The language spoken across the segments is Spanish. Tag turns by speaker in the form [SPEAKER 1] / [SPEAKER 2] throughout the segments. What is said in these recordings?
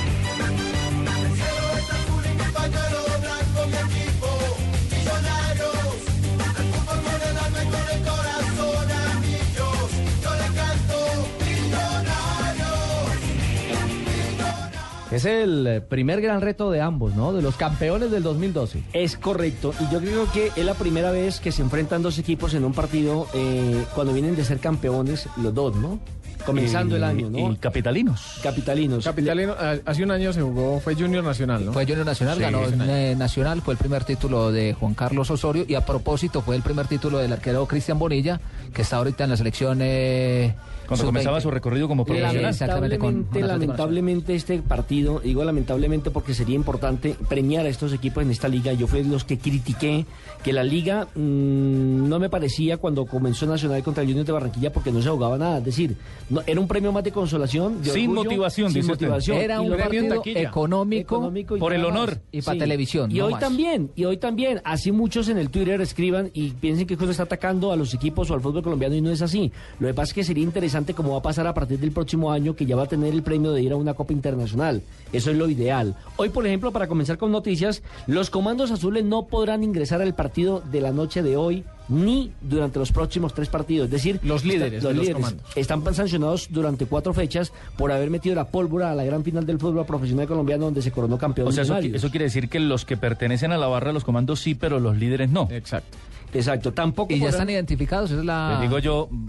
[SPEAKER 1] El cielo es azul y mi pañuelo blanco, mi equipo, millonarios. Al fútbol puede darme con el corazón a millos. Yo le canto, millonarios.
[SPEAKER 2] Es el eh, primer gran reto de ambos, ¿no? De los campeones del 2012.
[SPEAKER 3] Es correcto, y yo creo que es la primera vez que se enfrentan dos equipos en un partido eh, cuando vienen de ser campeones los dos, ¿no? Comenzando el año, ¿no?
[SPEAKER 4] Eh, Y capitalinos.
[SPEAKER 3] Capitalinos.
[SPEAKER 5] Capitalino, ah, hace un año se jugó, fue Junior Nacional, ¿no?
[SPEAKER 6] Fue Junior Nacional,
[SPEAKER 5] Sí,
[SPEAKER 6] ganó
[SPEAKER 5] Nacional.
[SPEAKER 6] eh, Nacional, fue el primer título de Juan Carlos Osorio y a propósito fue el primer título del arquero Cristian Bonilla, que está ahorita en la selección. eh,
[SPEAKER 4] Cuando
[SPEAKER 6] sub-20.
[SPEAKER 4] comenzaba su recorrido como profesional.
[SPEAKER 6] Exactamente, con- con
[SPEAKER 3] Lamentablemente,
[SPEAKER 6] Atlético
[SPEAKER 3] lamentablemente este partido, digo lamentablemente porque sería importante premiar a estos equipos en esta liga. Yo fui de los que critiqué que la liga mm, no me parecía cuando comenzó Nacional contra el Junior de Barranquilla porque no se jugaba nada. Es decir, no- era un premio más de consolación. de
[SPEAKER 4] Sin
[SPEAKER 3] orgullo,
[SPEAKER 4] motivación,
[SPEAKER 3] sin
[SPEAKER 4] dice usted.
[SPEAKER 3] motivación.
[SPEAKER 6] Era
[SPEAKER 3] Y
[SPEAKER 6] un
[SPEAKER 3] lo-
[SPEAKER 6] partido económico,
[SPEAKER 3] económico y
[SPEAKER 4] por el
[SPEAKER 3] nada más.
[SPEAKER 4] honor.
[SPEAKER 6] y para televisión.
[SPEAKER 3] Y
[SPEAKER 6] no
[SPEAKER 3] hoy
[SPEAKER 6] más.
[SPEAKER 3] también, y hoy también, así muchos en el Twitter escriban y piensen que esto está atacando a los equipos o al fútbol colombiano y no es así. Lo que pasa es que sería interesante cómo va a pasar a partir del próximo año que ya va a tener el premio de ir a una Copa Internacional. Eso es lo ideal. Hoy, por ejemplo, para comenzar con noticias, los comandos azules no podrán ingresar al partido de la noche de hoy ni durante los próximos tres partidos. Es decir,
[SPEAKER 5] Los líderes de los comandos.
[SPEAKER 3] están sancionados durante cuatro fechas por haber metido la pólvora a la gran final del fútbol profesional colombiano donde se coronó campeón.
[SPEAKER 4] O sea, eso,
[SPEAKER 3] Millonarios.
[SPEAKER 4] eso quiere decir que los que pertenecen a la barra de los comandos sí, pero los líderes no.
[SPEAKER 5] Exacto.
[SPEAKER 3] Exacto, tampoco.
[SPEAKER 6] Y ya
[SPEAKER 3] podrán-
[SPEAKER 6] están identificados, esa es la.
[SPEAKER 4] Les digo yo, mm,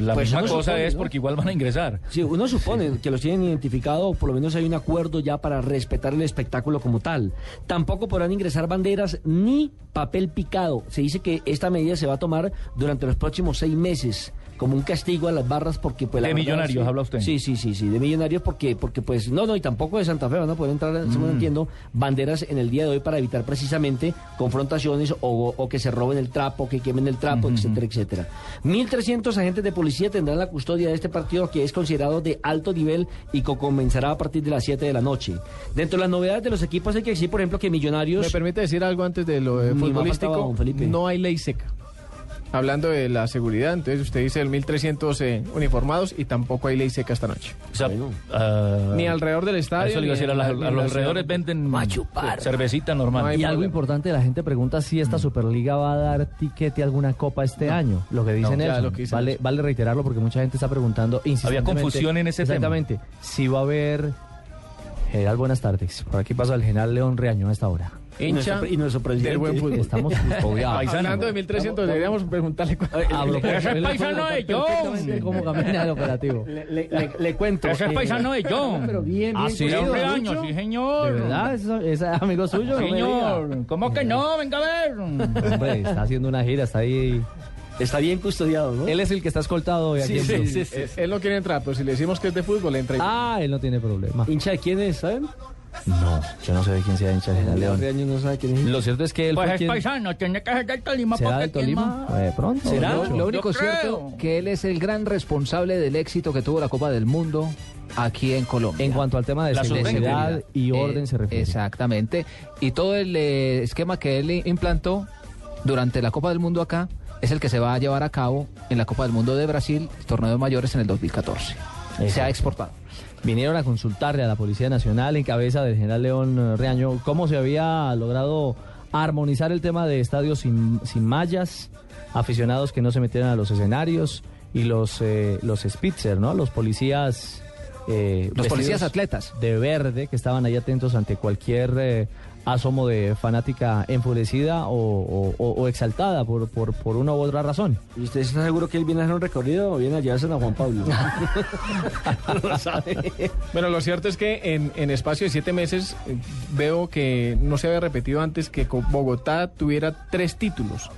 [SPEAKER 4] la
[SPEAKER 3] Ah. Pues
[SPEAKER 4] misma
[SPEAKER 3] uno
[SPEAKER 4] cosa
[SPEAKER 3] supone,
[SPEAKER 4] es
[SPEAKER 3] ¿no?
[SPEAKER 4] porque igual van a ingresar.
[SPEAKER 3] Sí, uno supone que los tienen identificado, o por lo menos hay un acuerdo ya para respetar el espectáculo como tal. Tampoco podrán ingresar banderas ni papel picado. Se dice que esta medida se va a tomar durante los próximos seis meses como un castigo a las barras porque pues la
[SPEAKER 4] De
[SPEAKER 3] verdad,
[SPEAKER 4] millonarios,
[SPEAKER 3] sí.
[SPEAKER 4] habla usted.
[SPEAKER 3] Sí, sí, sí, sí, de millonarios porque porque pues no, no, y tampoco de Santa Fe van a poder entrar, según
[SPEAKER 5] Mm.
[SPEAKER 3] entiendo, banderas en el día de hoy para evitar precisamente confrontaciones o, o que se roben el trapo, que quemen el trapo, etcétera, etcétera. 1300 agentes de policía tendrán la custodia de este partido que es considerado de alto nivel y que comenzará a partir de las 7 de la noche. Dentro de las novedades de los equipos hay que decir, por ejemplo, que
[SPEAKER 5] ¿Me
[SPEAKER 3] Millonarios
[SPEAKER 5] permite decir algo antes de lo de
[SPEAKER 3] Ni más
[SPEAKER 5] futbolístico?
[SPEAKER 3] faltaba, don Felipe.
[SPEAKER 5] No hay ley seca. Hablando de la seguridad, entonces usted dice el 1300 eh, uniformados y tampoco hay ley seca esta noche.
[SPEAKER 4] O sea,
[SPEAKER 5] Ni
[SPEAKER 4] alrededor
[SPEAKER 5] alrededor del estadio.
[SPEAKER 4] Eso le iba a
[SPEAKER 5] ni
[SPEAKER 4] decir, a,
[SPEAKER 5] en
[SPEAKER 4] la-
[SPEAKER 5] la-
[SPEAKER 4] a
[SPEAKER 5] ni en
[SPEAKER 4] los
[SPEAKER 5] la
[SPEAKER 4] alrededores
[SPEAKER 5] ciudad.
[SPEAKER 4] venden
[SPEAKER 3] Va a chupar.
[SPEAKER 4] cervecita normal.
[SPEAKER 5] No hay
[SPEAKER 2] Y algo
[SPEAKER 5] problema.
[SPEAKER 2] importante, la gente pregunta si esta Superliga va a dar tiquete a alguna copa este año. Lo que dicen
[SPEAKER 5] No, ya
[SPEAKER 2] es,
[SPEAKER 5] lo que dice
[SPEAKER 2] vale,
[SPEAKER 5] Nelson.
[SPEAKER 2] vale reiterarlo porque mucha gente está preguntando insistentemente.
[SPEAKER 4] confusión en ese tema.
[SPEAKER 2] exactamente, si va a haber... General, buenas tardes. Por aquí pasa el general León Reaño a esta hora.
[SPEAKER 3] y nuestro,
[SPEAKER 5] hincha
[SPEAKER 3] y nuestro presidente.
[SPEAKER 5] del buen fútbol.
[SPEAKER 2] Estamos custodiados.
[SPEAKER 4] Paisano.
[SPEAKER 5] Hablando de 1300, deberíamos preguntarle cuál-
[SPEAKER 2] Hablo por- él puede saber perfectamente ¿Cómo camina el operativo?
[SPEAKER 3] Le, le- le- le cuento.
[SPEAKER 4] Ese es
[SPEAKER 3] eh,
[SPEAKER 4] paisano de John.
[SPEAKER 3] Pero bien, bien.
[SPEAKER 5] Ah,
[SPEAKER 4] Así
[SPEAKER 3] cuidado,
[SPEAKER 4] hombre,
[SPEAKER 3] ¿no?
[SPEAKER 4] años, sí, señor.
[SPEAKER 2] ¿De verdad? ¿Es, es amigo suyo? No me diga.
[SPEAKER 4] Señor, ¿cómo que no? Venga a ver.
[SPEAKER 2] Hombre, está haciendo una gira, está ahí.
[SPEAKER 3] Está bien custodiado, ¿no?
[SPEAKER 2] Él es el que está escoltado hoy aquí. en Blue.
[SPEAKER 5] Él- Eh, Él no quiere entrar, pero si le decimos que es de fútbol, entra y-
[SPEAKER 2] Ah, él no tiene problema.
[SPEAKER 3] ¿Hincha de quién es, saben?
[SPEAKER 2] No, yo no sé de quién sea hincha general
[SPEAKER 3] León
[SPEAKER 2] León.
[SPEAKER 3] Reaño no sabe quién es.
[SPEAKER 2] Lo cierto es que él
[SPEAKER 4] Pues
[SPEAKER 2] fue
[SPEAKER 4] es
[SPEAKER 2] quien...
[SPEAKER 4] paisano, tiene que ser del Tolima
[SPEAKER 2] ¿Será
[SPEAKER 4] porque
[SPEAKER 2] del
[SPEAKER 4] ¿quién
[SPEAKER 2] Tolima?
[SPEAKER 6] Pues,
[SPEAKER 4] más?
[SPEAKER 2] De pronto.
[SPEAKER 3] ¿Será?
[SPEAKER 2] Lo-
[SPEAKER 6] Lo único
[SPEAKER 4] Yo
[SPEAKER 6] cierto
[SPEAKER 4] creo.
[SPEAKER 6] que él es el gran responsable del éxito que tuvo la Copa del Mundo aquí en Colombia.
[SPEAKER 2] En cuanto al tema de
[SPEAKER 4] La
[SPEAKER 2] seguridad
[SPEAKER 4] sustentabilidad.
[SPEAKER 2] y orden
[SPEAKER 6] Eh,
[SPEAKER 2] se refiere.
[SPEAKER 6] Exactamente. Y todo el eh, esquema que él implantó durante la Copa del Mundo acá es el que se va a llevar a cabo en la Copa del Mundo de Brasil, torneo de mayores en el 2014. Se ha exportado.
[SPEAKER 2] Vinieron a consultarle a la Policía Nacional en cabeza del general León eh, Reaño cómo se había logrado armonizar el tema de estadios sin, sin mallas, aficionados que no se metieran a los escenarios y los, eh, los Spitzer, ¿no? Los policías... eh,
[SPEAKER 6] Los policías
[SPEAKER 2] vestidos
[SPEAKER 6] atletas.
[SPEAKER 2] De verde que estaban ahí atentos ante cualquier eh, asomo de fanática enfurecida o, o- o- o exaltada por, por, por una u otra razón.
[SPEAKER 3] ¿Y usted está seguro que él viene a hacer un recorrido o viene a llevarse a Juan Pablo? no lo sabe.
[SPEAKER 5] Bueno, lo cierto es que en, en espacio de siete meses eh, veo que no se había repetido antes que co- Bogotá tuviera tres títulos.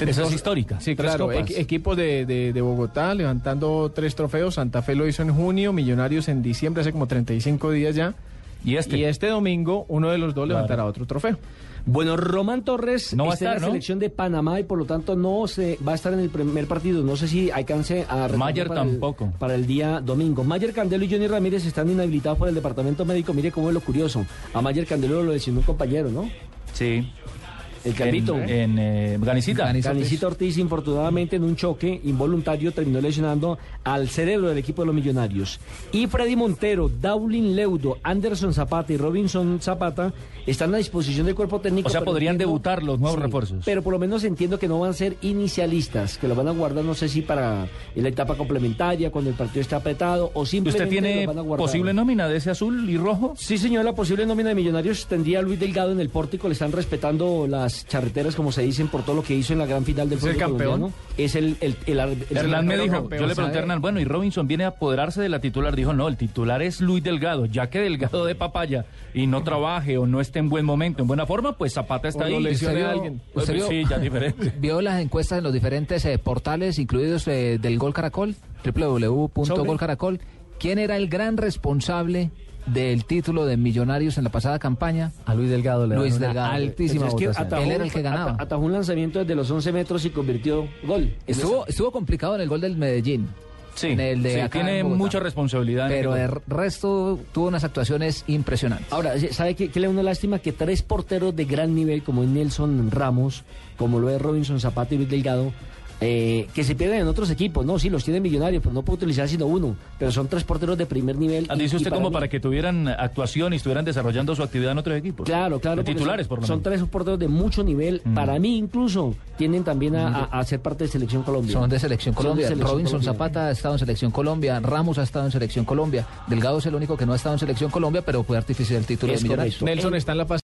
[SPEAKER 4] Esa es histórica.
[SPEAKER 5] Sí,
[SPEAKER 4] Tres
[SPEAKER 5] claro.
[SPEAKER 4] copas.
[SPEAKER 5] equ- equipos de, de- de Bogotá levantando tres trofeos. Santa Fe lo hizo en junio, Millonarios en diciembre, hace como 35 días ya.
[SPEAKER 4] Y este.
[SPEAKER 5] Y este domingo uno de los dos levantará otro trofeo.
[SPEAKER 3] Bueno, Román Torres
[SPEAKER 4] No va a
[SPEAKER 3] está en
[SPEAKER 4] estar,
[SPEAKER 3] la
[SPEAKER 4] ¿no?
[SPEAKER 3] selección de Panamá y por lo tanto no se va a estar en el primer partido. No sé si alcance a retornar
[SPEAKER 4] Mayer
[SPEAKER 3] para el-
[SPEAKER 4] tampoco.
[SPEAKER 3] para el día domingo. Mayer Candelo y Johnny Ramírez están inhabilitados por el departamento médico. Mire cómo es lo curioso. A Mayer Candelo lo lesionó un compañero, ¿no?
[SPEAKER 4] Sí.
[SPEAKER 3] El Capito.
[SPEAKER 4] En, en eh, Ganicita.
[SPEAKER 6] Ganicita.
[SPEAKER 3] Canicita Ortiz, infortunadamente, en un choque involuntario terminó lesionando al cerebro del equipo de los Millonarios. Y Freddy Montero, Daulin Leudo, Anderson Zapata y Robinson Zapata están a disposición del cuerpo técnico.
[SPEAKER 4] O sea,
[SPEAKER 3] pero
[SPEAKER 4] podrían debutar los nuevos refuerzos.
[SPEAKER 3] Pero por lo menos entiendo que no van a ser inicialistas, que lo van a guardar, no sé si para la etapa complementaria, cuando el partido está apretado, o simplemente
[SPEAKER 4] ¿Usted tiene
[SPEAKER 3] los van a guardar.
[SPEAKER 4] posible nómina de ese azul y rojo?
[SPEAKER 3] Sí, señor, la posible nómina de Millonarios tendría a Luis Delgado en el pórtico. Le están respetando las charreteras, como se dicen, por todo lo que hizo en la gran final del
[SPEAKER 5] ¿Es el
[SPEAKER 3] fútbol
[SPEAKER 5] campeón?
[SPEAKER 3] colombiano. Es el, el, el, ar- es el
[SPEAKER 4] Hernán me
[SPEAKER 3] arquero
[SPEAKER 4] dijo,
[SPEAKER 3] campeón.
[SPEAKER 4] yo le pregunté
[SPEAKER 5] ¿sabe?
[SPEAKER 4] a Hernán, bueno, y Robinson viene a apoderarse de la titular. Dijo, no, el titular es Luis Delgado, ya que Delgado de papaya y no trabaje o no esté en buen momento, en buena forma, pues Zapata está
[SPEAKER 5] O lo
[SPEAKER 4] ahí.
[SPEAKER 5] lesione
[SPEAKER 4] ¿Usted vio-
[SPEAKER 5] a alguien.
[SPEAKER 4] Pues,
[SPEAKER 6] ¿Usted
[SPEAKER 4] sí,
[SPEAKER 6] vio?
[SPEAKER 4] ya es diferente.
[SPEAKER 6] Vio las encuestas en los diferentes eh, portales, incluidos eh, del Gol Caracol, www.golcaracol. ¿Quién era el gran responsable del título de Millonarios en la pasada campaña?
[SPEAKER 2] A Luis Delgado le
[SPEAKER 6] Luis
[SPEAKER 2] dan una
[SPEAKER 6] Delgado.
[SPEAKER 2] altísima
[SPEAKER 3] Es que
[SPEAKER 2] votación.
[SPEAKER 3] atajó-
[SPEAKER 6] Él era el que ganaba.
[SPEAKER 3] ata- Atajó un lanzamiento desde los 11 metros y convirtió gol.
[SPEAKER 6] Estuvo, estuvo complicado en el gol del Medellín.
[SPEAKER 4] Sí,
[SPEAKER 6] en el de
[SPEAKER 4] sí,
[SPEAKER 6] acá
[SPEAKER 4] tiene
[SPEAKER 6] en Bogotá.
[SPEAKER 4] mucha responsabilidad.
[SPEAKER 6] Pero el resto tuvo unas actuaciones impresionantes.
[SPEAKER 3] Ahora, ¿sabe qué, qué le da una lástima? Que tres porteros de gran nivel, como es Nelson Ramos, como lo es Robinson Zapata y Luis Delgado, eh, que se pierden en otros equipos, ¿no? Sí, los tienen millonarios, pero no puede utilizar sino uno. Pero son tres porteros de primer nivel.
[SPEAKER 4] Ah,
[SPEAKER 3] y-
[SPEAKER 4] Dice
[SPEAKER 3] y
[SPEAKER 4] usted como
[SPEAKER 3] mí-
[SPEAKER 4] para que tuvieran actuación y estuvieran desarrollando su actividad en otros equipos.
[SPEAKER 3] Claro, claro.
[SPEAKER 4] De
[SPEAKER 3] porque
[SPEAKER 4] Titulares,
[SPEAKER 3] son,
[SPEAKER 4] por lo
[SPEAKER 3] Son
[SPEAKER 4] menos. Mm.
[SPEAKER 3] tres porteros de mucho nivel. Para mí, incluso, tienen también a, a- a ser parte de Selección Colombia.
[SPEAKER 6] Son de Selección
[SPEAKER 3] Son de
[SPEAKER 6] Colombia.
[SPEAKER 3] Selección
[SPEAKER 6] Robinson
[SPEAKER 3] Colombia.
[SPEAKER 6] Zapata ha estado en Selección Colombia. Ramos ha estado en Selección Colombia. Delgado es el único que no ha estado en Selección Colombia, pero fue artífice del título
[SPEAKER 3] Es
[SPEAKER 6] de Millonarios.
[SPEAKER 3] correcto.
[SPEAKER 5] Nelson está en la fase